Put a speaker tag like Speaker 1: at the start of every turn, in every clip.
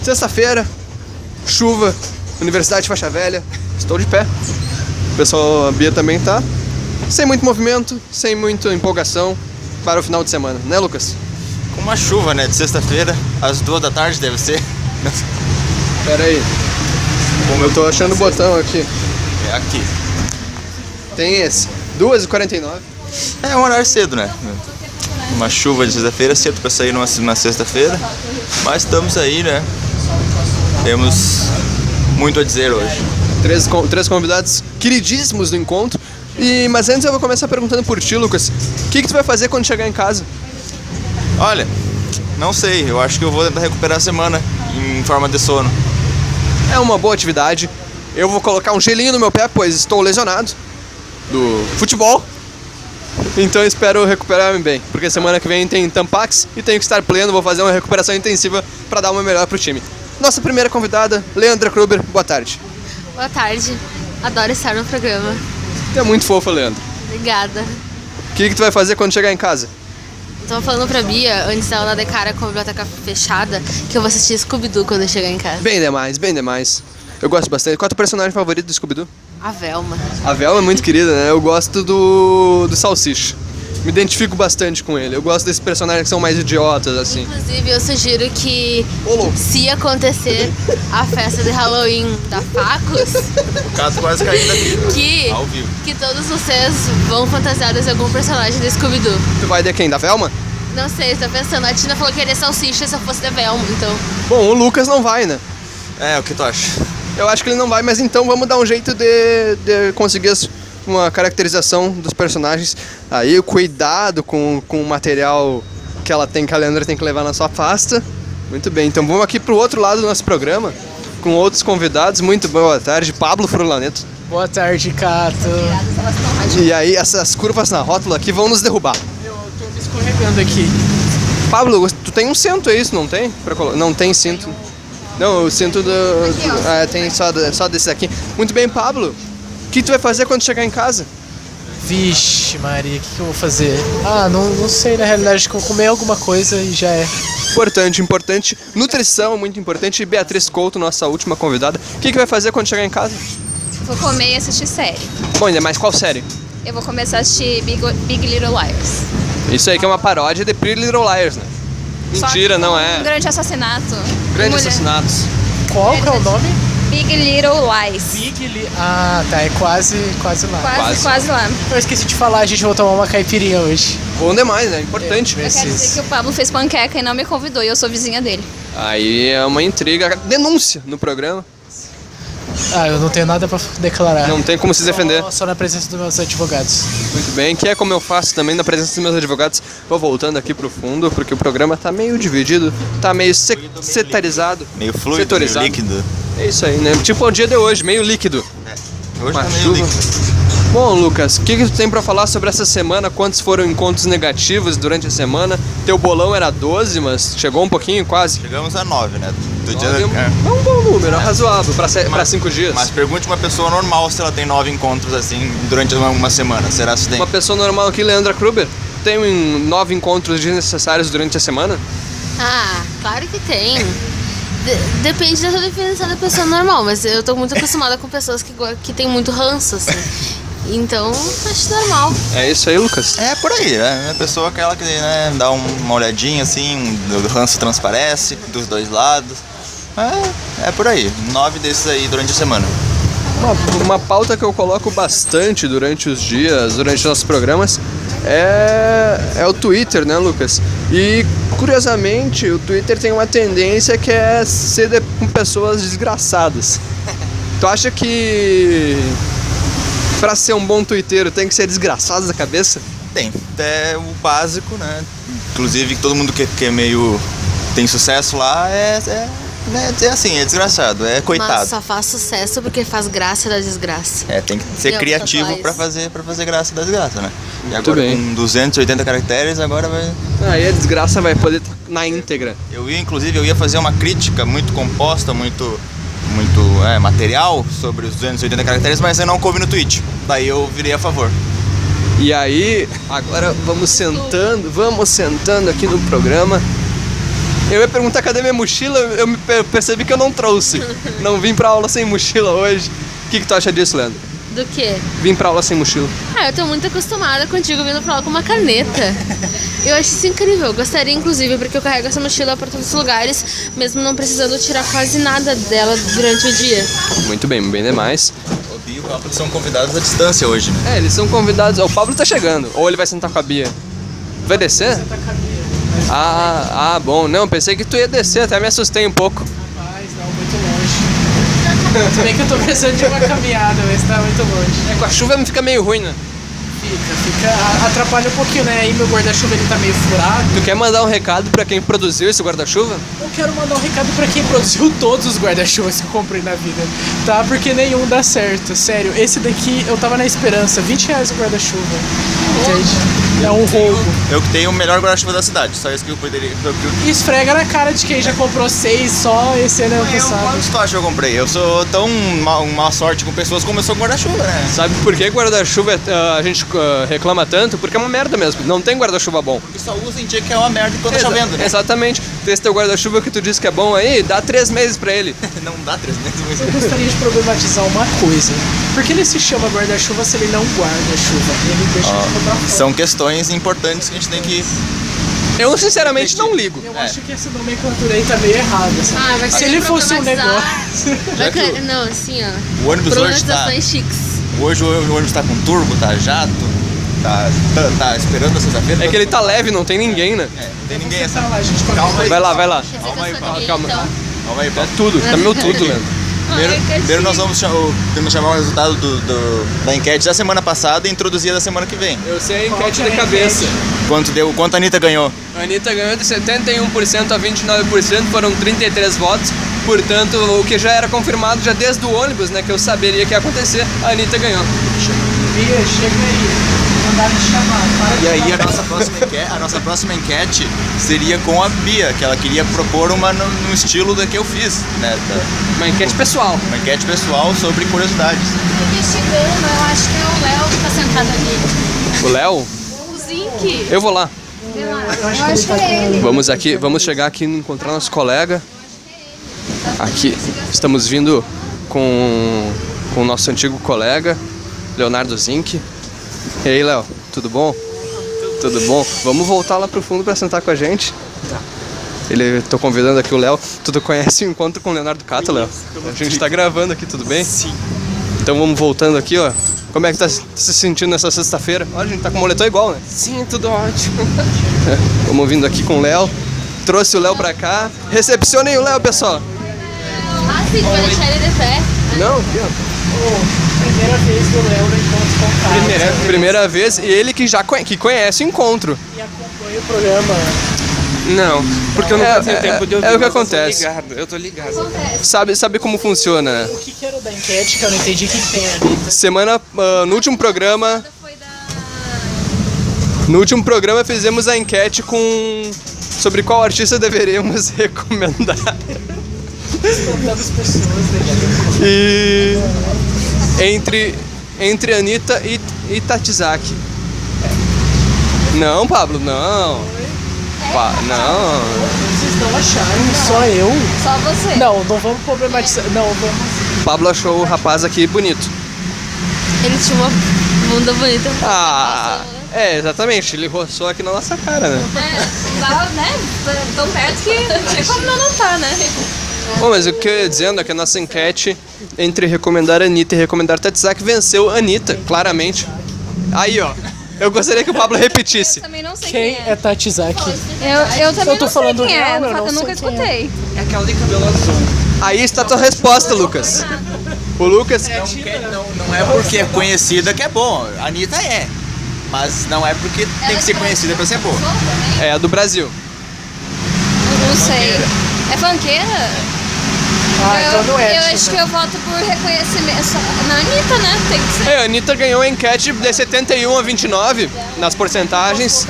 Speaker 1: Sexta-feira, chuva, Universidade de Faixa Velha, estou de pé. O pessoal, a Bia também tá. Sem muito movimento, sem muita empolgação para o final de semana, né, Lucas?
Speaker 2: Com uma chuva, né? De sexta-feira, às duas da tarde deve ser.
Speaker 1: Pera aí. eu tô achando o botão aqui.
Speaker 2: É aqui.
Speaker 1: Tem esse, 2h49.
Speaker 2: É um horário cedo, né? Uma chuva de sexta-feira, é cedo pra sair numa, numa sexta-feira. Mas estamos aí, né? Temos muito a dizer hoje.
Speaker 1: Três, con- três convidados queridíssimos do encontro. E, mas antes eu vou começar perguntando por ti, Lucas. O que, que tu vai fazer quando chegar em casa?
Speaker 2: Olha, não sei, eu acho que eu vou tentar recuperar a semana em forma de sono.
Speaker 1: É uma boa atividade. Eu vou colocar um gelinho no meu pé, pois estou lesionado do futebol. Então espero recuperar-me bem, porque semana que vem tem Tampax e tenho que estar pleno, vou fazer uma recuperação intensiva para dar uma melhor pro time. Nossa primeira convidada, Leandra Kruber, boa tarde.
Speaker 3: Boa tarde. Adoro estar no programa.
Speaker 1: Tu é muito fofa, Leandro.
Speaker 3: Obrigada.
Speaker 1: O que, que tu vai fazer quando chegar em casa?
Speaker 3: Tava falando pra Bia, antes dela dar de cara com a biblioteca fechada, que eu vou assistir Scooby-Doo quando eu chegar em casa.
Speaker 1: Bem demais, bem demais. Eu gosto bastante. Qual é o teu personagem favorito do Scooby-Doo?
Speaker 3: A Velma.
Speaker 1: A Velma é muito querida, né? Eu gosto do, do Salsicha. Me identifico bastante com ele. Eu gosto desses personagens que são mais idiotas, assim.
Speaker 3: Inclusive, eu sugiro que,
Speaker 1: Ô, louco.
Speaker 3: se acontecer a festa de Halloween da Facos,
Speaker 2: O caso quase caindo aqui.
Speaker 3: que,
Speaker 2: Ao vivo.
Speaker 3: que todos vocês vão fantasiados em algum personagem do Scooby-Doo.
Speaker 1: Tu vai de quem? Da Velma?
Speaker 3: Não sei, tô pensando. A Tina falou que iria salsicha se eu fosse da Velma, então.
Speaker 1: Bom, o Lucas não vai, né?
Speaker 2: É, o que tu acha?
Speaker 1: Eu acho que ele não vai, mas então vamos dar um jeito de, de conseguir as- uma caracterização dos personagens. Aí, cuidado com, com o material que ela tem, que a Leandra tem que levar na sua pasta. Muito bem, então vamos aqui pro outro lado do nosso programa, com outros convidados. Muito boa tarde, Pablo Furlaneto.
Speaker 4: Boa tarde, Cato.
Speaker 1: E aí, essas curvas na rótula aqui vão nos derrubar.
Speaker 4: Eu tô me escorregando aqui.
Speaker 1: Pablo, tu tem um cinto, é isso? Não tem? Pra colo- Não tem cinto. Não, o cinto do. Ah, tem só, da- só desse aqui. Muito bem, Pablo. O que tu vai fazer quando chegar em casa?
Speaker 4: Vixe, Maria, o que, que eu vou fazer? Ah, não, não sei, na realidade, acho que eu vou comer alguma coisa e já é.
Speaker 1: Importante, importante. Nutrição, muito importante. E Beatriz Couto, nossa última convidada. O que, que vai fazer quando chegar em casa?
Speaker 5: Vou comer e assistir série.
Speaker 1: Bom, ainda mais qual série?
Speaker 5: Eu vou começar a assistir Big, Big Little Liars.
Speaker 1: Isso aí que é uma paródia de Pretty Little Liars, né?
Speaker 5: Só
Speaker 1: Mentira,
Speaker 5: que
Speaker 1: não
Speaker 5: Um
Speaker 1: é.
Speaker 5: grande assassinato.
Speaker 1: Grandes
Speaker 5: Mulher.
Speaker 1: assassinatos.
Speaker 4: Qual que é o nome?
Speaker 5: Big Little Lies.
Speaker 4: Big Li... Ah, tá, é quase, quase lá.
Speaker 5: Quase,
Speaker 1: Quase.
Speaker 5: quase, lá.
Speaker 4: Eu esqueci de falar, a gente vai tomar uma caipirinha hoje.
Speaker 1: Bom demais, né? Importante.
Speaker 4: É,
Speaker 5: Eu quero dizer que o Pablo fez panqueca e não me convidou e eu sou vizinha dele.
Speaker 1: Aí é uma intriga. Denúncia no programa.
Speaker 4: Ah, eu não tenho nada pra declarar.
Speaker 1: Não tem como se defender.
Speaker 4: Só, só na presença dos meus advogados.
Speaker 1: Muito bem, que é como eu faço também na presença dos meus advogados. Vou voltando aqui pro fundo, porque o programa tá meio dividido, tá meio se- setarizado.
Speaker 2: Meio fluido, meio
Speaker 1: Setorizado.
Speaker 2: líquido.
Speaker 1: É isso aí, né? Tipo o dia de hoje, meio líquido.
Speaker 2: Hoje
Speaker 1: Uma
Speaker 2: tá meio
Speaker 1: chuva.
Speaker 2: líquido.
Speaker 1: Bom, Lucas, o que, que tu tem pra falar sobre essa semana? Quantos foram encontros negativos durante a semana? Teu bolão era 12, mas chegou um pouquinho, quase.
Speaker 2: Chegamos a nove, né? Do dia
Speaker 1: É um,
Speaker 2: é.
Speaker 1: é um bom número, é razoável, pra, se, pra cinco dias.
Speaker 2: Mas pergunte uma pessoa normal se ela tem nove encontros assim durante uma, uma semana. Será se tem?
Speaker 1: Uma pessoa normal aqui, Leandra Kruber, tem um- nove encontros desnecessários durante a semana?
Speaker 3: Ah, claro que tem. De- depende da definição da pessoa normal, mas eu tô muito acostumada com pessoas que, go- que tem muito ranço, assim. Então, acho normal.
Speaker 1: É isso aí, Lucas.
Speaker 2: É por aí, né? A pessoa aquela que né, dá um- uma olhadinha assim, um- o ranço transparece dos dois lados. É, é por aí. Nove desses aí durante a semana.
Speaker 1: Uma, uma pauta que eu coloco bastante durante os dias, durante nossos programas, é, é o Twitter, né, Lucas? E curiosamente, o Twitter tem uma tendência que é ser de- com pessoas desgraçadas. Tu acha que pra ser um bom twitteiro tem que ser desgraçado da cabeça?
Speaker 2: Tem. É o básico, né? Inclusive todo mundo que, que é meio. tem sucesso lá é. é... né, é assim, é desgraçado, é
Speaker 3: Mas
Speaker 2: coitado.
Speaker 3: só faz sucesso porque faz graça da desgraça.
Speaker 2: É, tem que ser
Speaker 3: Tem
Speaker 2: criativo
Speaker 3: alguns
Speaker 2: pra
Speaker 3: atuais.
Speaker 2: fazer, pra fazer graça das graças, né? E
Speaker 1: Muito
Speaker 2: agora
Speaker 1: bem.
Speaker 2: com 280 caracteres, agora vai.
Speaker 1: Aí a desgraça vai poder estar na íntegra.
Speaker 2: Eu ia, inclusive, eu ia fazer uma crítica muito composta, muito muito é, material sobre os 280 caracteres, mas eu não coube no tweet. Daí eu virei a favor.
Speaker 1: E aí, agora vamos sentando, vamos sentando aqui no programa. Eu ia perguntar cadê minha mochila, eu me per- percebi que eu não trouxe. Não vim pra aula sem mochila hoje. O que, que tu acha disso, Leandro?
Speaker 3: Do quê?
Speaker 1: Vim pra aula sem mochila.
Speaker 3: Ah, eu tô muito acostumada contigo vindo pra lá com uma caneta. Eu acho isso incrível. Eu Gostaria, inclusive, porque eu carrego essa mochila pra todos os lugares, mesmo não precisando tirar quase nada dela durante o dia.
Speaker 1: Muito bem, bem demais.
Speaker 2: O Bi e o Pablo são convidados à distância hoje, né?
Speaker 1: É, eles são convidados. ó, O Pablo tá chegando. Ou ele vai sentar com a Bia. Vai descer? Ah, ah, bom. Não, pensei que tu ia descer, até me assustei um pouco.
Speaker 4: Rapaz, não, muito longe. Se bem que eu tô precisando de uma caminhada, mas tá muito longe.
Speaker 1: É, com a chuva fica meio ruim, né?
Speaker 4: Fica, fica. a- Atrapalha um pouquinho, né? Aí meu guarda-chuva ele tá meio furado.
Speaker 1: Tu quer mandar um recado pra quem produziu esse guarda-chuva?
Speaker 4: Eu quero mandar um recado pra quem produziu todos os guarda-chuvas que eu comprei na vida, tá? Porque nenhum dá certo, sério. Esse daqui eu tava na esperança, 20 reais o guarda-chuva. Entende? É um roubo.
Speaker 2: Eu que tenho o melhor guarda-chuva da cidade, só isso que eu poderia. que eu- que
Speaker 4: E esfrega na cara de quem já comprou seis só esse ano é o
Speaker 2: Eu,
Speaker 4: que
Speaker 2: eu,
Speaker 4: sabe.
Speaker 2: quantos tu acha que eu comprei? Eu sou tão mal, má sorte com pessoas como eu sou com guarda-chuva, né?
Speaker 1: Sabe por que guarda-chuva é- ah, a gente ah, reclama tanto? Porque é uma merda mesmo. Não tem guarda-chuva bom.
Speaker 2: Porque só usa em dia que é uma merda enquanto tá
Speaker 1: Exa-
Speaker 2: chovendo, né?
Speaker 1: Exatamente. Tem esse teu guarda-chuva que tu disse que é bom aí, dá três meses pra ele.
Speaker 2: Não dá três meses, mas...
Speaker 4: Eu gostaria de problematizar uma coisa. Por que ele se chama guarda-chuva se ele não guarda chuva? Ele deixa de botar fora.
Speaker 2: São questões importantes que a gente tem que.
Speaker 1: Eu sinceramente não ligo.
Speaker 4: Eu
Speaker 2: É.
Speaker 4: acho que essa nomenclatura aí tá meio errada. sabe?
Speaker 3: Ah, vai
Speaker 4: se
Speaker 3: querer
Speaker 4: ele fosse um
Speaker 3: problematizar.
Speaker 4: negócio.
Speaker 2: Já
Speaker 3: Vai
Speaker 2: que
Speaker 3: querer-
Speaker 2: o-
Speaker 3: Não, assim, ó.
Speaker 2: O ônibus hoje tá.
Speaker 3: Problematizações chiques.
Speaker 2: Hoje o ônibus tá com turbo, tá jato, tá, tá, tá esperando a sexta-feira.
Speaker 1: É que ele tá leve, não tem ninguém, né?
Speaker 2: É, não tem ninguém essa.
Speaker 4: Tá lá, gente, qualquer
Speaker 2: Calma aí.
Speaker 1: Vai lá, vai lá.
Speaker 3: Quer dizer que
Speaker 2: Calma aí,
Speaker 3: eu sou
Speaker 2: Paulo,
Speaker 3: gay,
Speaker 1: calma.
Speaker 3: então.
Speaker 2: Calma aí,
Speaker 1: É
Speaker 2: Paulo.
Speaker 1: tudo, tá meu tudo, Leandro.
Speaker 2: Primeiro,
Speaker 3: Ai, eu quero
Speaker 2: primeiro nós
Speaker 3: sim.
Speaker 2: vamos chamar, o- temos que chamar o resultado do, do- da enquete da semana passada e introduzir a da semana que vem.
Speaker 1: Eu sei a enquete
Speaker 4: Qual que é
Speaker 1: de
Speaker 4: a
Speaker 1: cabeça.
Speaker 2: Quanto deu, quanto a Anitta ganhou?
Speaker 1: A Anitta ganhou de 71% a 29%, foram 33 votos. Portanto, o que já era confirmado já desde o ônibus, né? Que eu saberia que ia acontecer, a Anitta ganhou.
Speaker 4: Bia, chega aí. Mandaram te chamar. Para de
Speaker 2: E aí a
Speaker 4: falar.
Speaker 2: nossa próxima enquete, a nossa próxima enquete seria com a Bia, que ela queria propor uma no, no estilo da que eu fiz, né? da-
Speaker 1: Uma enquete pessoal.
Speaker 2: uma enquete pessoal sobre curiosidades.
Speaker 5: Porque chegando, eu acho que é o Léo que tá sentado ali.
Speaker 1: O Léo?
Speaker 5: O Zinc.
Speaker 1: Eu vou lá.
Speaker 5: Eu acho que é ele.
Speaker 1: Vamos aqui, vamos chegar aqui e encontrar nosso colega. Aqui, estamos vindo com com o nosso antigo colega, Leonardo Zinck. E aí, Léo, tudo bom? Tudo bom? Vamos voltar lá pro fundo para sentar com a gente? Ele, tô convidando aqui o Léo. Tu conhece o encontro com o Leonardo Cato, Léo? A gente tá gravando aqui, tudo bem? Sim. Então vamos voltando aqui, ó. Como é que tá se se sentindo nessa sexta-feira? Olha, a gente tá com o moletom igual, né?
Speaker 4: Sim, tudo ótimo.
Speaker 1: Vamos vindo aqui com o Léo. Trouxe o Léo pra cá. Recepcionem o Léo, pessoal.
Speaker 3: Ah, sim, vai deixar ele de pé.
Speaker 1: Não,
Speaker 4: Primeira vez do Léo no Encontro com Carlos.
Speaker 1: primeira, primeira vez e ele que já conhe- que conhece o encontro.
Speaker 4: E acompanha o programa.
Speaker 1: Não, porque eu não
Speaker 6: Fazia tempo de eu
Speaker 1: É
Speaker 6: vir,
Speaker 1: o que
Speaker 6: mas eu tô
Speaker 1: acontece.
Speaker 6: ligado, eu tô ligado.
Speaker 1: Sabe, sabe como funciona? né?
Speaker 4: O que que era o da enquete que eu não entendi o que que tem ali?
Speaker 1: Semana ah, no último programa, no último programa fizemos a enquete com sobre qual artista deveríamos recomendar.
Speaker 4: Tantas pessoas daqui.
Speaker 1: E entre entre Anitta e, e Tatizaki. Não, Pablo, não. Pa- não.
Speaker 4: Vocês não acharam? Só eu?
Speaker 5: Só você.
Speaker 4: Não, não vamos problematizar. Não, vamos.
Speaker 1: Pablo achou o rapaz aqui bonito.
Speaker 3: Ele tinha uma bunda bonita.
Speaker 1: Ah, é, exatamente. Ele roçou aqui na nossa cara, né?
Speaker 5: É, tava, né? Tão perto que não tinha como não notar, né?
Speaker 1: Bom, mas o que eu ia dizendo é que a nossa enquete entre recomendar Anitta e recomendar Tatizaki venceu Anitta, claramente. Aí, ó. Eu gostaria que o Pablo repetisse.
Speaker 5: Eu também não sei
Speaker 4: Quem é Tati Zaki?
Speaker 5: Eu, eu também
Speaker 4: Eu tô
Speaker 5: não
Speaker 4: falando
Speaker 5: sei quem é,
Speaker 4: real, eu
Speaker 5: de fato,
Speaker 4: não
Speaker 5: eu
Speaker 4: sei quem
Speaker 5: nunca escutei.
Speaker 6: É aquela de cabelo azul.
Speaker 1: Aí está a tua resposta, Lucas. O Lucas.
Speaker 2: Não, não é porque é conhecida que é bom. A Anitta é. Mas não é porque tem que ser conhecida pra ser boa.
Speaker 1: É a do Brasil.
Speaker 5: né? Não sei. É banqueira?
Speaker 4: Ah,
Speaker 5: eu,
Speaker 4: então não é.
Speaker 5: eu
Speaker 4: Tina.
Speaker 5: acho que eu voto por reconhecimento. Só- Na Anitta, né? Tem que ser.
Speaker 1: É, a Anitta ganhou um a enquete de 71 a 29 nas porcentagens.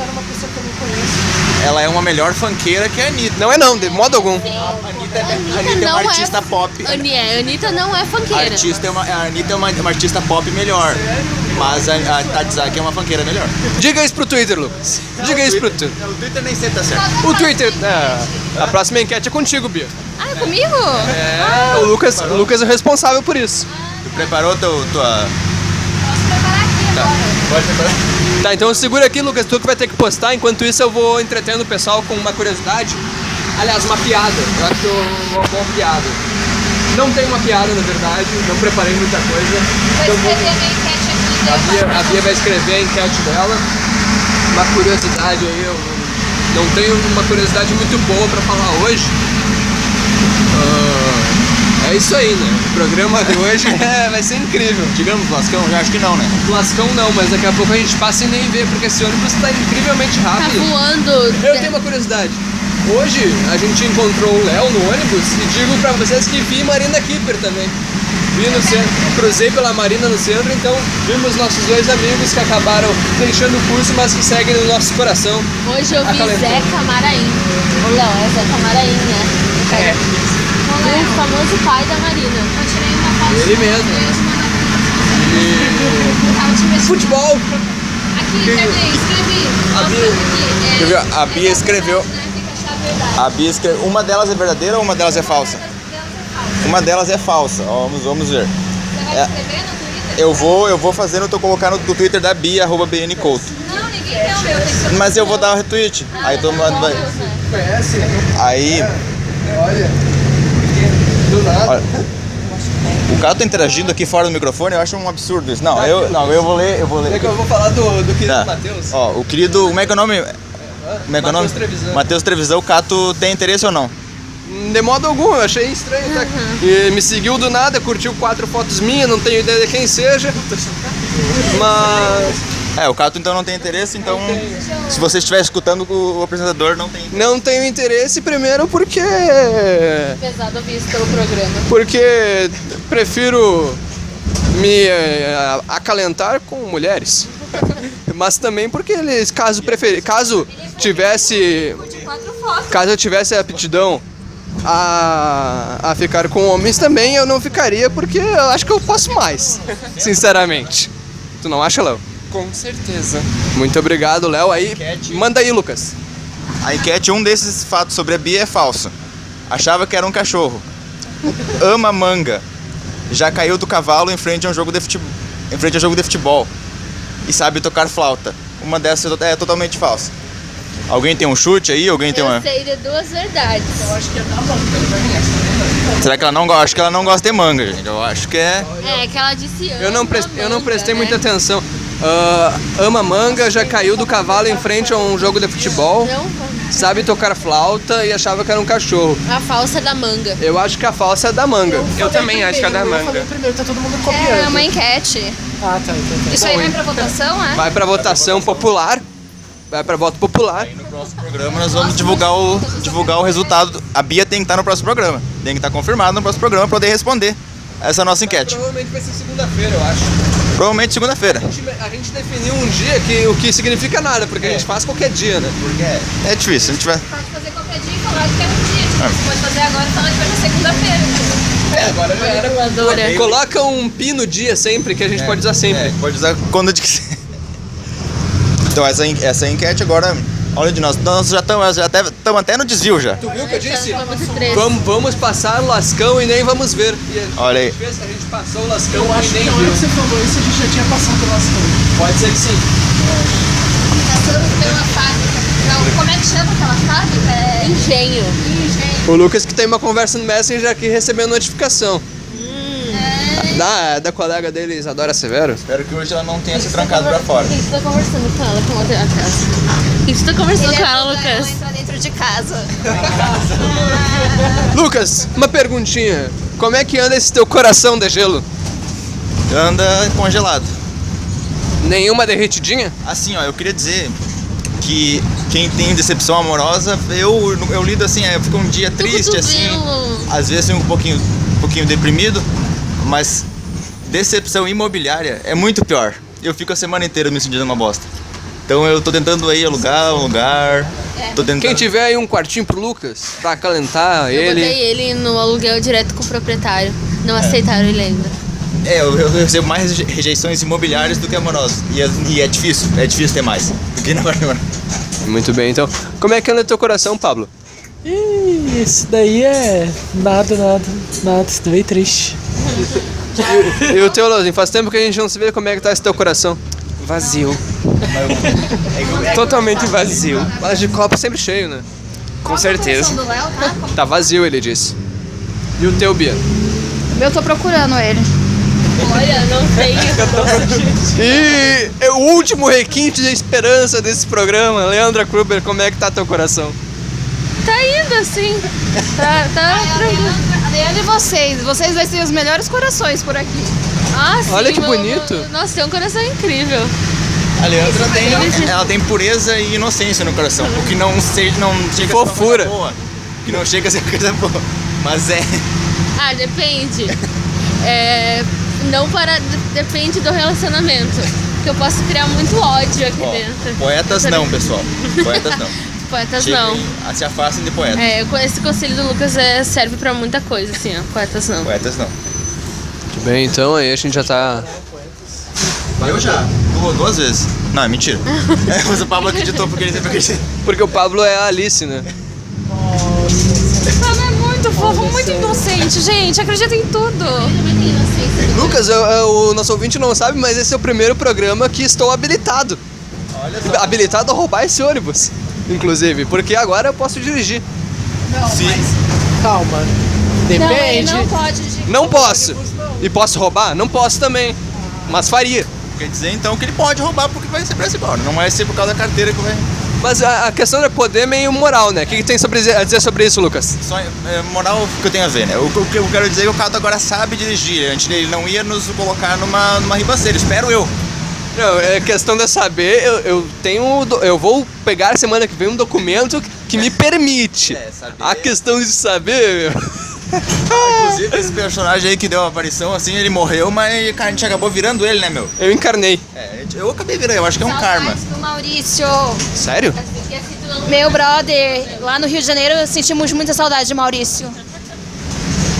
Speaker 2: ela é uma melhor funkeira que a Anitta.
Speaker 1: Não é não, de modo algum.
Speaker 2: A Anitta, é- a
Speaker 3: Anitta
Speaker 2: Anitta é uma
Speaker 3: não é-
Speaker 2: artista pop.
Speaker 3: Ani- é, Anitta não é
Speaker 2: A,
Speaker 3: funkeira.
Speaker 2: artista é uma, a Anitta é uma, uma artista pop melhor. Mas a, a Tatsaki é uma funkeira melhor.
Speaker 1: Diga isso pro Twitter, Lucas. Diga isso pro Twitter.
Speaker 2: O Twitter nem sempre tá certo.
Speaker 1: O Twitter. é, a próxima enquete é contigo, Bia.
Speaker 5: Ah, é comigo?
Speaker 1: É, o Lucas, o Lucas é o responsável por isso.
Speaker 2: Tu preparou teu, tua.
Speaker 5: Posso preparar aqui agora.
Speaker 2: Pode preparar?
Speaker 1: Tá, então segura aqui, Lucas, tu que vai ter que postar. Enquanto isso, eu vou entretendo o pessoal com uma curiosidade. Aliás, uma piada. Eu acho uma boa piada. Não tem uma piada, na verdade. Não preparei muita coisa.
Speaker 5: Vou
Speaker 1: Então, vou-
Speaker 5: escrever a minha enquete aqui.
Speaker 1: a,
Speaker 5: daí eu
Speaker 2: é-
Speaker 1: Bia,
Speaker 5: faço.
Speaker 1: a Bia vai escrever a enquete dela. Uma curiosidade aí, eu não tenho uma curiosidade muito boa pra falar hoje. Ah, é isso aí, né? O programa de hoje é- vai ser incrível. Tipo,
Speaker 2: Digamos, Lascão, eu acho que não, né?
Speaker 1: Lascão não, mas daqui a pouco a gente passa e nem vê, porque esse ônibus tá incrivelmente
Speaker 3: Tá
Speaker 1: rápido.
Speaker 3: voando.
Speaker 1: Eu tenho uma curiosidade. Hoje a gente encontrou o Léo no ônibus e digo pra vocês que vi Marina Kipper também. Vi no centro, cruzei pela Marina no centro, então vimos nossos dois amigos que acabaram deixando o curso, mas que seguem no nosso coração.
Speaker 3: Hoje
Speaker 2: Ah,
Speaker 3: eu vi
Speaker 2: tá
Speaker 1: Acalentou.
Speaker 3: Zé Camaraim. Ou não, é Zé Camaraim, né? O cara-
Speaker 2: É.
Speaker 3: O famoso pai da Marina.
Speaker 5: Eu tirei uma foto.
Speaker 1: Ele mesmo.
Speaker 5: Eu ia te mandar pra você. Tava te mexendo.
Speaker 1: Futebol!
Speaker 5: Aqui, cadê? Escrevi.
Speaker 1: A Bia-
Speaker 5: Nossa, aqui.
Speaker 2: Escreveu.
Speaker 5: É,
Speaker 2: A Bia escreveu.
Speaker 5: é a verdade, né? Tem que achar a verdade.
Speaker 2: A Bia escreveu. Uma delas é verdadeira ou uma delas é falsa? Uma delas é falsa. Ó, vamos, vamos ver.
Speaker 5: Você vai
Speaker 2: É.
Speaker 5: escrever no Twitter?
Speaker 2: Eu vou, eu vou fazendo, eu tô colocando no Twitter da Bia, arroba BN Couto.
Speaker 5: Não, ninguém é o meu. Tem que ser
Speaker 2: Mas eu vou dar um retweet. Aí todo mundo vai.
Speaker 4: É,
Speaker 1: Conhece?
Speaker 2: Aí.
Speaker 1: Olha. Do nada.
Speaker 2: Olha. O cara tá interagindo aqui fora do microfone, eu acho um absurdo isso. Não, eu, não, eu vou ler, eu vou
Speaker 1: É
Speaker 2: ler.
Speaker 1: que eu vou falar do, do querido
Speaker 2: Tá.
Speaker 1: Matheus.
Speaker 2: Ó, o querido, como é que é o nome? Como é que é o nome?
Speaker 1: Matheus Trevisan.
Speaker 2: Matheus Trevisan, o Cato tem interesse ou não?
Speaker 1: De modo algum, eu achei estranho. Tá? E me seguiu do nada, curtiu quatro fotos minhas, não tenho ideia de quem seja. Mas.
Speaker 2: É, o Cato então não tem interesse, então se você estiver escutando o o apresentador, não tem.
Speaker 1: Não tenho interesse primeiro porque
Speaker 3: Pesado ouvir isso pelo programa.
Speaker 1: porque prefiro me eh, acalentar com mulheres. Mas também porque eles caso preferir, caso tivesse
Speaker 5: de quatro fotos.
Speaker 1: caso eu tivesse aptidão a, a ficar com homens também eu não ficaria porque eu acho que eu posso mais, sinceramente. Tu não acha, Léo?
Speaker 6: Com certeza.
Speaker 1: Muito obrigado, Léo. Aí manda aí, Lucas.
Speaker 2: A enquete, um desses fatos sobre a Bia é falso. Achava que era um cachorro. Ama manga. Já caiu do cavalo em frente a um jogo de futebol. Em frente a um jogo de futebol. E sabe tocar flauta. Uma dessas é to- é totalmente falsa. Alguém tem um chute aí? Alguém
Speaker 1: Então,
Speaker 2: tem
Speaker 1: é.
Speaker 3: Eu
Speaker 2: uma.
Speaker 3: sei de duas verdades.
Speaker 4: é
Speaker 2: Será que ela não gosta? Acho que ela não gosta de manga, gente. Eu acho que é.
Speaker 3: É, que ela disse
Speaker 1: Eu não,
Speaker 3: ama
Speaker 1: pres- eu não
Speaker 3: manga,
Speaker 1: prestei
Speaker 3: né?
Speaker 5: É,
Speaker 1: muita atenção. Ah, ama manga, já caiu do cavalo em frente a um jogo de futebol,
Speaker 3: Não,
Speaker 1: sabe tocar flauta e achava que era um cachorro.
Speaker 3: a falsa da manga.
Speaker 1: Eu acho que a falsa é da manga.
Speaker 6: Eu também acho que é da
Speaker 4: Eu falei
Speaker 6: manga.
Speaker 4: primeiro, tá todo mundo
Speaker 5: É
Speaker 4: copiando.
Speaker 5: uma enquete.
Speaker 4: Ah, tá, então tá.
Speaker 5: Isso aí vai pra votação, é?
Speaker 1: Vai pra votação popular. Vai pra voto popular.
Speaker 2: No próximo programa nós vamos divulgar o, divulgar o resultado. A Bia tem que estar no próximo programa. Tem que estar confirmada no próximo programa para poder responder essa nossa enquete.
Speaker 1: Provavelmente vai ser segunda-feira, eu acho.
Speaker 2: Provavelmente segunda-feira.
Speaker 1: A gente, a gente definiu um dia que o que significa nada, porque a gente faz qualquer dia, né?
Speaker 2: É difícil, a gente vai.
Speaker 5: Pode fazer qualquer dia e falar que é um dia. Tipo, você pode fazer agora e falar que vai na segunda-feira.
Speaker 1: É, agora já era.
Speaker 3: Voadora.
Speaker 1: Coloca um pi no dia sempre, que a gente pode usar sempre.
Speaker 2: É, pode usar quando de quiser. Então essa, en- essa enquete agora, olha de nós, nós já estamos já até, tamo até no desvio já.
Speaker 1: Tu viu o que eu disse?
Speaker 3: Vamos três.
Speaker 1: Vamos, vamos passar lascão e nem vamos ver. E a gente
Speaker 2: Olha aí.
Speaker 1: vê se a gente passou o lascão
Speaker 4: Eu
Speaker 1: e
Speaker 4: acho que
Speaker 1: nem
Speaker 4: na hora
Speaker 1: viu.
Speaker 3: né?
Speaker 4: que você falou isso, a gente já tinha passado pela lascão.
Speaker 1: Pode ser que sim.
Speaker 5: Passamos pela fábrica. Não, como é que chama aquela fábrica? É
Speaker 3: Engenho.
Speaker 5: engenho.
Speaker 1: O Lucas que tem uma conversa no Messenger aqui recebeu notificação.
Speaker 3: Hum.
Speaker 1: Da, da colega dele, Isadora Severo.
Speaker 2: Espero que hoje ela não tenha se
Speaker 3: Você tá conver- Quem que você tá conversando com ela? Com outra atrás. Quem que você tá conversando
Speaker 5: Ele
Speaker 3: com ela,
Speaker 5: ajuda a
Speaker 3: Lucas?
Speaker 5: não entrar dentro de casa.
Speaker 1: Lucas, uma perguntinha. Como é que anda esse teu coração de gelo?
Speaker 2: Anda congelado.
Speaker 1: Nenhuma derretidinha?
Speaker 2: Assim, ó, eu queria dizer que quem tem decepção amorosa, eu, eu lido assim, é, eu fico um dia triste, assim.
Speaker 3: cotovelo.
Speaker 2: Às vezes assim, um pouquinho, um pouquinho deprimido, mas decepção imobiliária é muito pior. Eu fico a semana inteira me sentindo uma bosta. Então eu tô tentando aí alugar um lugar. Tô tentando.
Speaker 1: Quem tiver aí um quartinho pro Lucas, pra acalentar
Speaker 3: Eu
Speaker 1: ele.
Speaker 3: botei ele no aluguel direto com o proprietário. Não aceitaram ele ainda.
Speaker 2: É, eu, eu recebo mais reje- rejeições imobiliárias do que amorosas. E é, e é difícil, é difícil ter mais. Do que na
Speaker 1: Muito bem, então. Como é que anda teu coração, Pablo?
Speaker 4: Ih, isso daí é nada, nada, nada. Isso daí é triste.
Speaker 1: E o teu, Lozinho, faz tempo que a gente não se vê como é que tá esse teu coração.
Speaker 6: Vazio. Totalmente vazio.
Speaker 1: Mas de copo sempre cheio, né?
Speaker 5: Qual
Speaker 6: Com
Speaker 5: que é a
Speaker 6: certeza.
Speaker 5: posição do Léo, tá? Como-
Speaker 1: Tá vazio, ele disse. E o teu, Bia?
Speaker 5: Eu tô procurando ele.
Speaker 3: Olha, não tenho.
Speaker 1: E é o último requinte de esperança desse programa. Leandra Kruber, como é que tá teu coração?
Speaker 3: Tá indo assim. Tá, tá
Speaker 5: É a
Speaker 3: tranquilo.
Speaker 5: Leandra- a Leandra e vocês. Vocês dois têm os melhores corações por aqui.
Speaker 3: Ah, sim,
Speaker 1: Olha que
Speaker 3: meu-
Speaker 1: bonito.
Speaker 3: meu- Nossa, tem um coração incrível.
Speaker 2: A Leandra tem, ela tem pureza e inocência no coração. O que não, seja, não chega
Speaker 1: Fofura.
Speaker 2: a ser uma coisa boa. O Que não chega a ser uma coisa boa. Mas é.
Speaker 3: Ah, depende. É, não para. de- Depende do relacionamento. Que eu posso criar muito ódio aqui
Speaker 2: Ó,
Speaker 3: dentro.
Speaker 2: poetas não, pessoal. Poetas não.
Speaker 3: Poetas
Speaker 2: Cheguem-
Speaker 3: não.
Speaker 2: ah, se afastem de poetas.
Speaker 3: É, com- esse conselho do Lucas é, serve pra muita coisa, assim, ó. Poetas não.
Speaker 2: Poetas não.
Speaker 1: Muito bem, então aí a gente já tá.
Speaker 2: Eu já. Duas, duas vezes. Não, é mentira. É, mas o Pablo acreditou porque ele sempre acreditou.
Speaker 1: Porque o Pablo é a Alice, né?
Speaker 5: Ela é muito fofo, muito inocente, gente. Acredita em tudo.
Speaker 1: Lucas, eu- eu- o nosso ouvinte não sabe, mas esse é o primeiro programa que estou habilitado. Habilitado a roubar esse ônibus, inclusive, porque agora eu posso dirigir.
Speaker 2: Sim.
Speaker 4: Calma.
Speaker 5: Não, ele
Speaker 4: Depende.
Speaker 5: não pode. De...
Speaker 1: Não posso. E posso roubar? Não posso também. Mas faria.
Speaker 2: Quer dizer então que ele pode roubar porque vai ser pra esse embora. Não vai ser por causa da carteira que vai.
Speaker 1: Mas a, a questão é poder meio moral, né? O que, que tem sobre, a dizer sobre isso, Lucas?
Speaker 2: Só é, moral que eu tenho a ver, né? O, que- o que eu quero dizer é que o Cato agora sabe dirigir. né? Antes ele não ia nos colocar numa, numa ribanceira, espero eu.
Speaker 1: Não, é questão de eu saber, eu, eu tenho. um do- Eu vou pegar semana que vem um documento que me permite.
Speaker 2: É, saber.
Speaker 1: A questão de saber.
Speaker 2: Inclusive, esse personagem aí que deu a aparição assim, ele morreu, mas a gente acabou virando ele, né, meu?
Speaker 1: Eu encarnei.
Speaker 2: É, eu acabei virando, eu acho que é um karma.
Speaker 5: Saudades do Maurício.
Speaker 1: Sério?
Speaker 5: Meu brother, lá no Rio de Janeiro sentimos muita saudade de Maurício.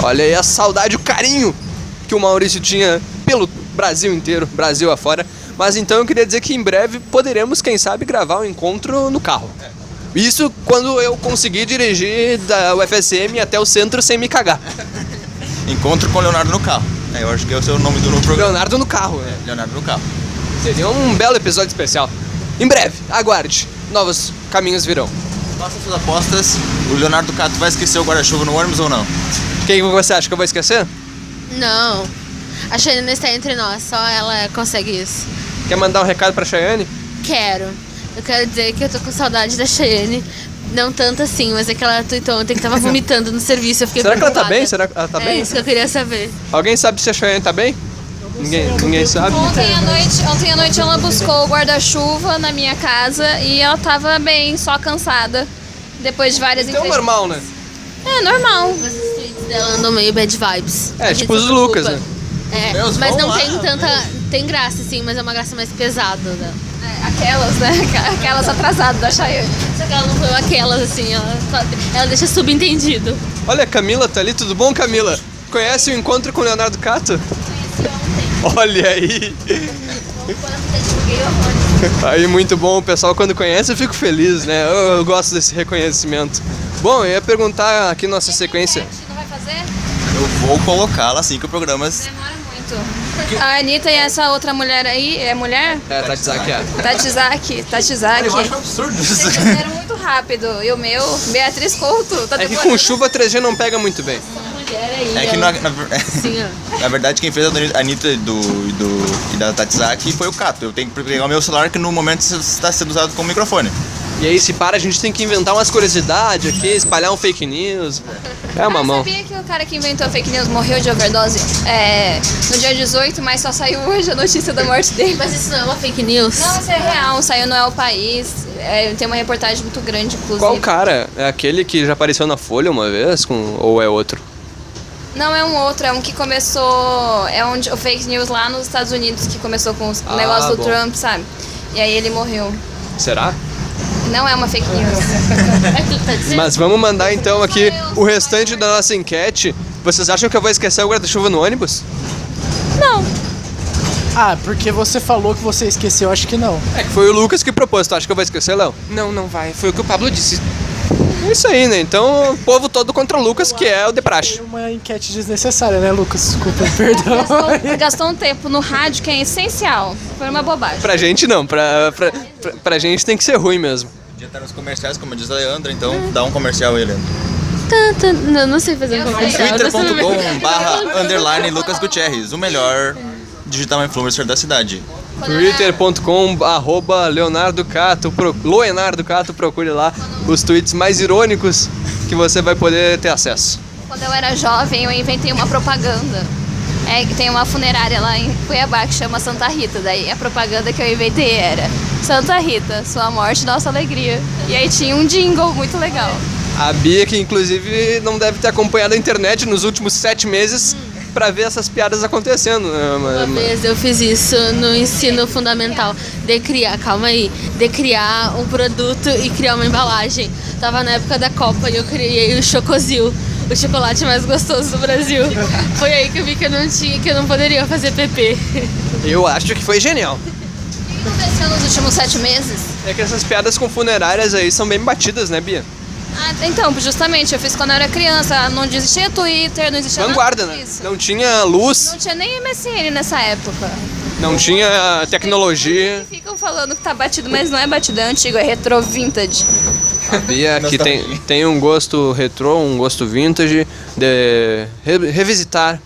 Speaker 1: Olha aí a saudade, o carinho que o Maurício tinha pelo Brasil inteiro, Brasil afora. Mas então eu queria dizer que em breve poderemos, quem sabe, gravar um encontro no carro. Isso quando eu conseguir dirigir da UFSM até o centro sem me cagar.
Speaker 2: Encontro com o Leonardo no carro. É, eu acho que esse é o nome do novo programa.
Speaker 1: Leonardo no carro, né?
Speaker 2: Leonardo no carro.
Speaker 1: Seria um belo episódio especial. Em breve, aguarde. Novos caminhos virão.
Speaker 2: Faça suas apostas. O Leonardo Cato vai esquecer o guarda-chuva no ônibus ou não?
Speaker 1: O que você acha que eu vou esquecer?
Speaker 3: Não. A Xanina está entre nós, só ela consegue isso.
Speaker 1: Quer mandar um recado pra Cheyenne?
Speaker 3: Quero. Eu quero dizer que eu tô com saudade da Cheyenne. Não tanto assim, mas é que ela tweetou ontem que tava vomitando no serviço. Eu fiquei
Speaker 1: Será que ela tá
Speaker 3: preocupada.
Speaker 1: bem? Será que ela tá
Speaker 3: é
Speaker 1: bem?
Speaker 3: isso que eu queria saber.
Speaker 1: Alguém sabe se a Cheyenne tá bem? Ninguém, ninguém sabe.
Speaker 5: Ontem à noite, ontem à noite ela buscou o guarda-chuva na minha casa e ela tava bem, só cansada. Depois de várias
Speaker 1: Então
Speaker 5: entrevistas.
Speaker 1: normal, né?
Speaker 5: É normal.
Speaker 3: Mas os tweets dela andam meio bad vibes.
Speaker 1: É,
Speaker 3: A gente
Speaker 1: tipo
Speaker 3: se
Speaker 1: os
Speaker 3: preocupa.
Speaker 1: Lucas, né?
Speaker 3: É,
Speaker 2: Meus,
Speaker 3: mas
Speaker 2: vão
Speaker 3: não
Speaker 2: lá, né?
Speaker 3: tem tanta. Tem graça, sim, mas é uma graça mais pesada. Né?
Speaker 5: É, aquelas, né? Aquelas atrasadas da Chayane.
Speaker 3: Só que ela não foi aquelas, assim, ela, só- ela deixa subentendido.
Speaker 1: Olha, a Camila tá ali, tudo bom, Camila? Conhece o encontro com o Leonardo Cato? Olha aí! Aí, muito bom, o pessoal quando conhece eu fico feliz, né? Eu, eu gosto desse reconhecimento. Bom, eu ia perguntar aqui nossa sequência.
Speaker 5: Não vai fazer?
Speaker 2: Eu vou colocá-la assim que o programa.
Speaker 5: Demora muito. A Anitta e essa outra mulher aí, é mulher?
Speaker 1: É, Tati Zakia.
Speaker 5: Tatizaki, Tatizaki.
Speaker 2: absurdo
Speaker 5: Vocês fizeram muito rápido. E o meu, Beatriz Couto, tá
Speaker 1: É que
Speaker 5: demorando.
Speaker 1: com chuva 3G não pega muito bem.
Speaker 3: Mulher aí.
Speaker 2: É que na, na,
Speaker 3: Assim, ó.
Speaker 2: na verdade quem fez a Anitta do, e do, e da Tatsaki foi o Cato. Eu tenho que pegar o meu celular que no momento está sendo usado como microfone.
Speaker 1: E aí, se para, a gente tem que inventar umas curiosidades aqui, espalhar um fake news. É uma mão.
Speaker 5: Sabia que o cara que inventou a fake news morreu de overdose é, no dia 18, mas só saiu hoje a notícia da morte dele.
Speaker 3: Mas isso não é uma fake news?
Speaker 5: Não, isso é real, saiu no El País. É, tem uma reportagem muito grande, inclusive.
Speaker 1: Qual cara? É aquele que já apareceu na Folha uma vez? Com... Ou é outro?
Speaker 5: Não, é um outro, é um que começou. É onde o fake news lá nos Estados Unidos que começou com o
Speaker 1: Ah,
Speaker 5: negócio do
Speaker 1: bom.
Speaker 5: Trump, sabe? E aí ele morreu.
Speaker 1: Será?
Speaker 5: Não é uma fake news.
Speaker 3: É tu que tá dizendo?
Speaker 1: Mas vamos mandar então aqui o restante da nossa enquete. Vocês acham que eu vou esquecer o guarda-chuva no ônibus?
Speaker 5: Não.
Speaker 4: Ah, porque você falou que você esqueceu, acho que não.
Speaker 1: É que foi o Lucas que propôs. Tu acha que eu vou esquecer, Léo?
Speaker 6: Não, não vai. Foi o que o Pablo disse.
Speaker 1: É isso aí, né? Então, o povo todo contra o Lucas, que é o de praxe.
Speaker 4: Foi uma enquete desnecessária, né, Lucas? Desculpa, perdão.
Speaker 5: Gastou, gastou um tempo no rádio que é essencial. Foi uma bobagem.
Speaker 1: Pra gente não, pra, pra, pra, pra gente tem que ser ruim mesmo.
Speaker 2: Podia estar nos comerciais, como diz a Leandra, então dá um comercial aí, Leandra.
Speaker 3: Tan, tan. Não, não sei fazer um comercial. eu tô sendo
Speaker 2: Twitter.com barra underline Lucas Gutierrez, o melhor digital influencer da cidade.
Speaker 1: Twitter.com arroba Leonardo Cato, pro, Leonardo Cato, procure lá os tweets mais irônicos que você vai poder ter acesso.
Speaker 5: Quando eu era jovem, eu inventei uma propaganda. É que tem uma funerária lá em Cuiabá que chama Santa Rita. Daí a propaganda que eu inventei era Santa Rita, sua morte, nossa alegria. E aí tinha um jingle muito legal.
Speaker 1: A Bia, que inclusive não deve ter acompanhado a internet nos últimos sete meses pra ver essas piadas acontecendo. né?
Speaker 3: Uma
Speaker 1: Mas-
Speaker 3: vez eu fiz isso no ensino fundamental, de criar, calma aí, de criar um produto e criar uma embalagem. Tava na época da Copa e eu criei o Chocozil, o chocolate mais gostoso do Brasil. Foi aí que eu vi que eu não tinha, que eu não poderia fazer PP.
Speaker 1: Eu acho que foi genial.
Speaker 5: O que aconteceu nos últimos sete meses?
Speaker 1: É que essas piadas com funerárias aí são bem batidas, né, Bia?
Speaker 5: Ah, então, justamente, eu fiz quando eu era criança. Não existia Twitter, não existia
Speaker 1: Vanguarda,
Speaker 5: nada
Speaker 1: né?
Speaker 5: disso.
Speaker 1: Não tinha luz,
Speaker 5: Não tinha nem MSN nessa época.
Speaker 1: não tinha
Speaker 5: E
Speaker 1: tecnologia.
Speaker 5: ficam falando que tá batido, mas não é batido, é antigo, é retro vintage.
Speaker 1: A Bia que tem,
Speaker 2: Nostalgia.
Speaker 1: tem um gosto retrô, um gosto vintage, de re- revisitar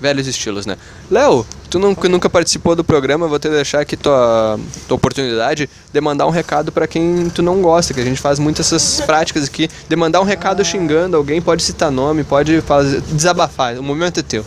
Speaker 1: velhos estilos, né? Léo, tu nun- que nunca participou do programa, vou te deixar aqui tua, tua oportunidade de mandar um recado pra quem tu não gosta, que a gente faz muito essas práticas aqui, de mandar um recado xingando alguém, pode citar nome, pode fazer, desabafar, o momento é teu.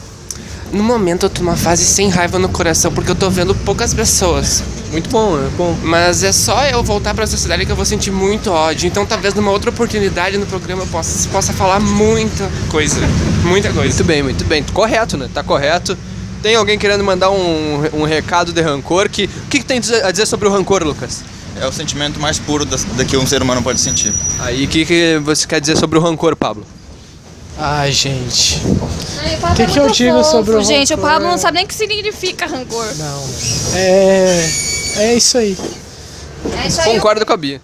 Speaker 6: No momento eu tô numa fase sem raiva no coração, porque eu tô vendo poucas pessoas.
Speaker 1: Muito bom, é bom.
Speaker 6: Mas é só eu voltar pra sociedade que eu vou sentir muito ódio. Então talvez numa outra oportunidade no programa eu possa, possa falar muita coisa. Muita coisa.
Speaker 1: Muito bem, muito bem. Correto, né? Tá correto. Tem alguém querendo mandar um, um recado de rancor? Que, o que, que tem a dizer sobre o rancor, Lucas?
Speaker 2: É o sentimento mais puro das- da, que um ser humano pode sentir.
Speaker 1: Aí, o que, que você quer dizer sobre o rancor, Pablo?
Speaker 4: Ai, gente.
Speaker 5: O
Speaker 4: Que que eu digo sobre o
Speaker 5: Gente, o
Speaker 4: rancor?
Speaker 5: Pablo não sabe nem o que significa rancor.
Speaker 4: Não. É. É isso aí.
Speaker 5: É isso aí.
Speaker 1: Concordo com a Bia.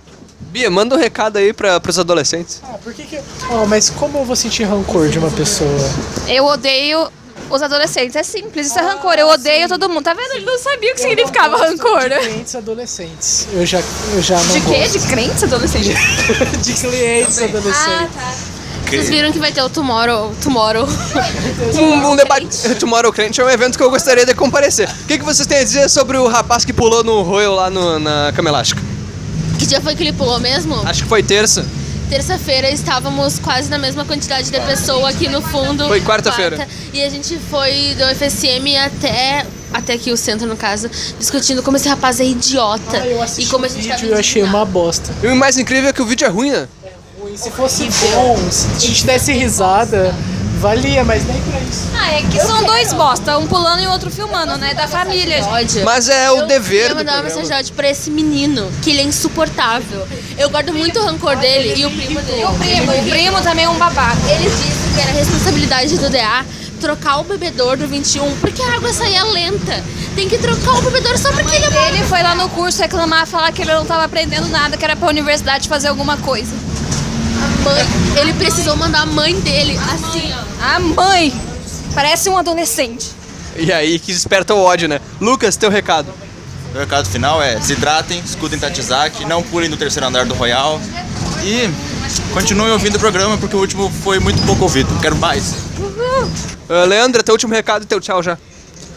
Speaker 1: Bia, manda um recado aí pra, pros adolescentes.
Speaker 4: Ah, por que que. Ó, mas como eu vou sentir rancor de uma pessoa?
Speaker 5: Eu odeio os adolescentes. É simples, isso é rancor. Eu odeio todo mundo. Tá vendo? Ele não sabia o que significava rancor,
Speaker 4: De
Speaker 5: né?
Speaker 4: clientes adolescentes. Eu já, eu já não
Speaker 5: De quê? De crentes adolescentes?
Speaker 4: gosto. De clientes adolescentes.
Speaker 3: Vocês viram que vai ter o Tomorrow, Tomorrow.
Speaker 1: Um, um debate. Tomorrow Crente é um evento que eu gostaria de comparecer. O que, que vocês têm a dizer sobre o rapaz que pulou no roio lá no- na cama elástica?
Speaker 3: Que dia foi que ele pulou mesmo?
Speaker 1: Acho que foi terça.
Speaker 3: Terça-feira estávamos quase na mesma quantidade de pessoa aqui no fundo.
Speaker 1: Foi quarta-feira.
Speaker 3: Quarta. e a gente foi do FSM até até aqui o centro no caso, discutindo como esse rapaz é idiota
Speaker 4: Ah, eu assisti
Speaker 3: e como a
Speaker 4: o
Speaker 3: gente tá
Speaker 4: vídeo
Speaker 3: tava
Speaker 4: e eu achei
Speaker 3: indignado.
Speaker 4: uma bosta.
Speaker 1: E o mais incrível é que o vídeo é ruim, né?
Speaker 4: E se fosse bom, se a gente desse risada, valia, mas nem pra isso.
Speaker 5: Ah, é que são dois bosta, um pulando e o outro filmando, né? Da família. gente.
Speaker 3: Ódio.
Speaker 1: Mas é o
Speaker 3: Eu
Speaker 1: dever
Speaker 3: ia
Speaker 1: do
Speaker 3: mandar uma
Speaker 1: programa.
Speaker 3: mensagem de ódio pra esse menino, que ele é insuportável. Eu guardo muito rancor dele e o primo dele.
Speaker 5: O primo, o primo também é um babaca.
Speaker 3: Ele disse que era responsabilidade do DA trocar o bebedor do 21, porque a água saía lenta. Tem que trocar o bebedor só porque ele é bom.
Speaker 5: Ele foi lá no curso reclamar, falar que ele não tava aprendendo nada, que era pra universidade fazer alguma coisa.
Speaker 3: Mãe, ele precisou mandar a mãe dele, assim,
Speaker 5: A mãe parece um adolescente.
Speaker 1: E aí que desperta o ódio, né? Lucas, teu recado.
Speaker 2: O recado final é: se hidratem, escutem Tatizaki, não pulem do terceiro andar do Royal e continuem ouvindo o programa porque o último foi muito pouco ouvido. Quero mais.
Speaker 1: Ah, Leandra, teu último recado e teu tchau já.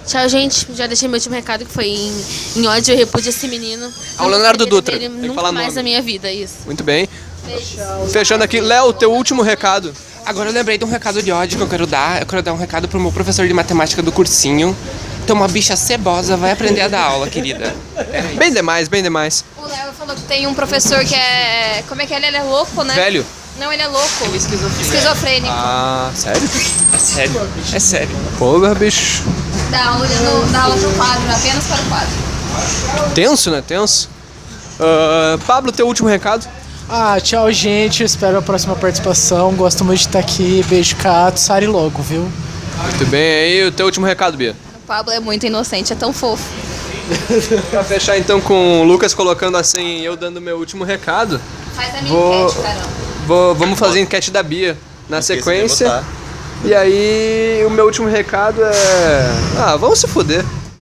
Speaker 3: Tchau, gente. Já deixei meu último recado que foi em, em ódio e repúdio a esse menino.
Speaker 1: Ao
Speaker 3: Nunca
Speaker 1: Leonardo
Speaker 3: saberei
Speaker 1: Dutra.
Speaker 3: dele
Speaker 1: Tem que
Speaker 3: Nunca
Speaker 1: falar
Speaker 3: mais
Speaker 1: nome.
Speaker 3: na minha vida, isso.
Speaker 1: Muito bem. Fechando aqui, Léo, teu último recado.
Speaker 6: Agora eu lembrei de um recado de ódio que eu quero dar. Eu quero dar um recado pro meu professor de matemática do cursinho. Então uma bicha cebosa vai aprender a dar aula, querida.
Speaker 1: Bem demais, bem demais.
Speaker 5: O Léo falou que tem um professor que é. Como é que ele é? Ele é louco, né?
Speaker 1: Velho?
Speaker 5: Não, ele é louco. Esquizofrênico.
Speaker 1: Ah, sério?
Speaker 6: É sério. É sério.
Speaker 1: Porra, bicho.
Speaker 5: Dá aula, no, dá aula pro quadro, apenas para o quadro.
Speaker 1: Tenso, né? Tenso. Ah, Pablo, teu último recado?
Speaker 4: Ah, tchau, gente. Espero a próxima participação. Gosto muito de estar aqui. Beijo, Cato. Sari logo, viu?
Speaker 1: Muito bem, aí o teu último recado, Bia.
Speaker 5: O Pablo é muito inocente, é tão fofo.
Speaker 1: Pra fechar então com o Lucas colocando assim e eu dando meu último recado,
Speaker 5: Faz a minha
Speaker 1: Vou-
Speaker 5: enquete, Carol.
Speaker 1: vou- vamos fazer a enquete da Bia na
Speaker 2: Esqueci de
Speaker 1: sequência.
Speaker 2: botar.
Speaker 1: E aí o meu último recado é. Ah, vamos se fuder.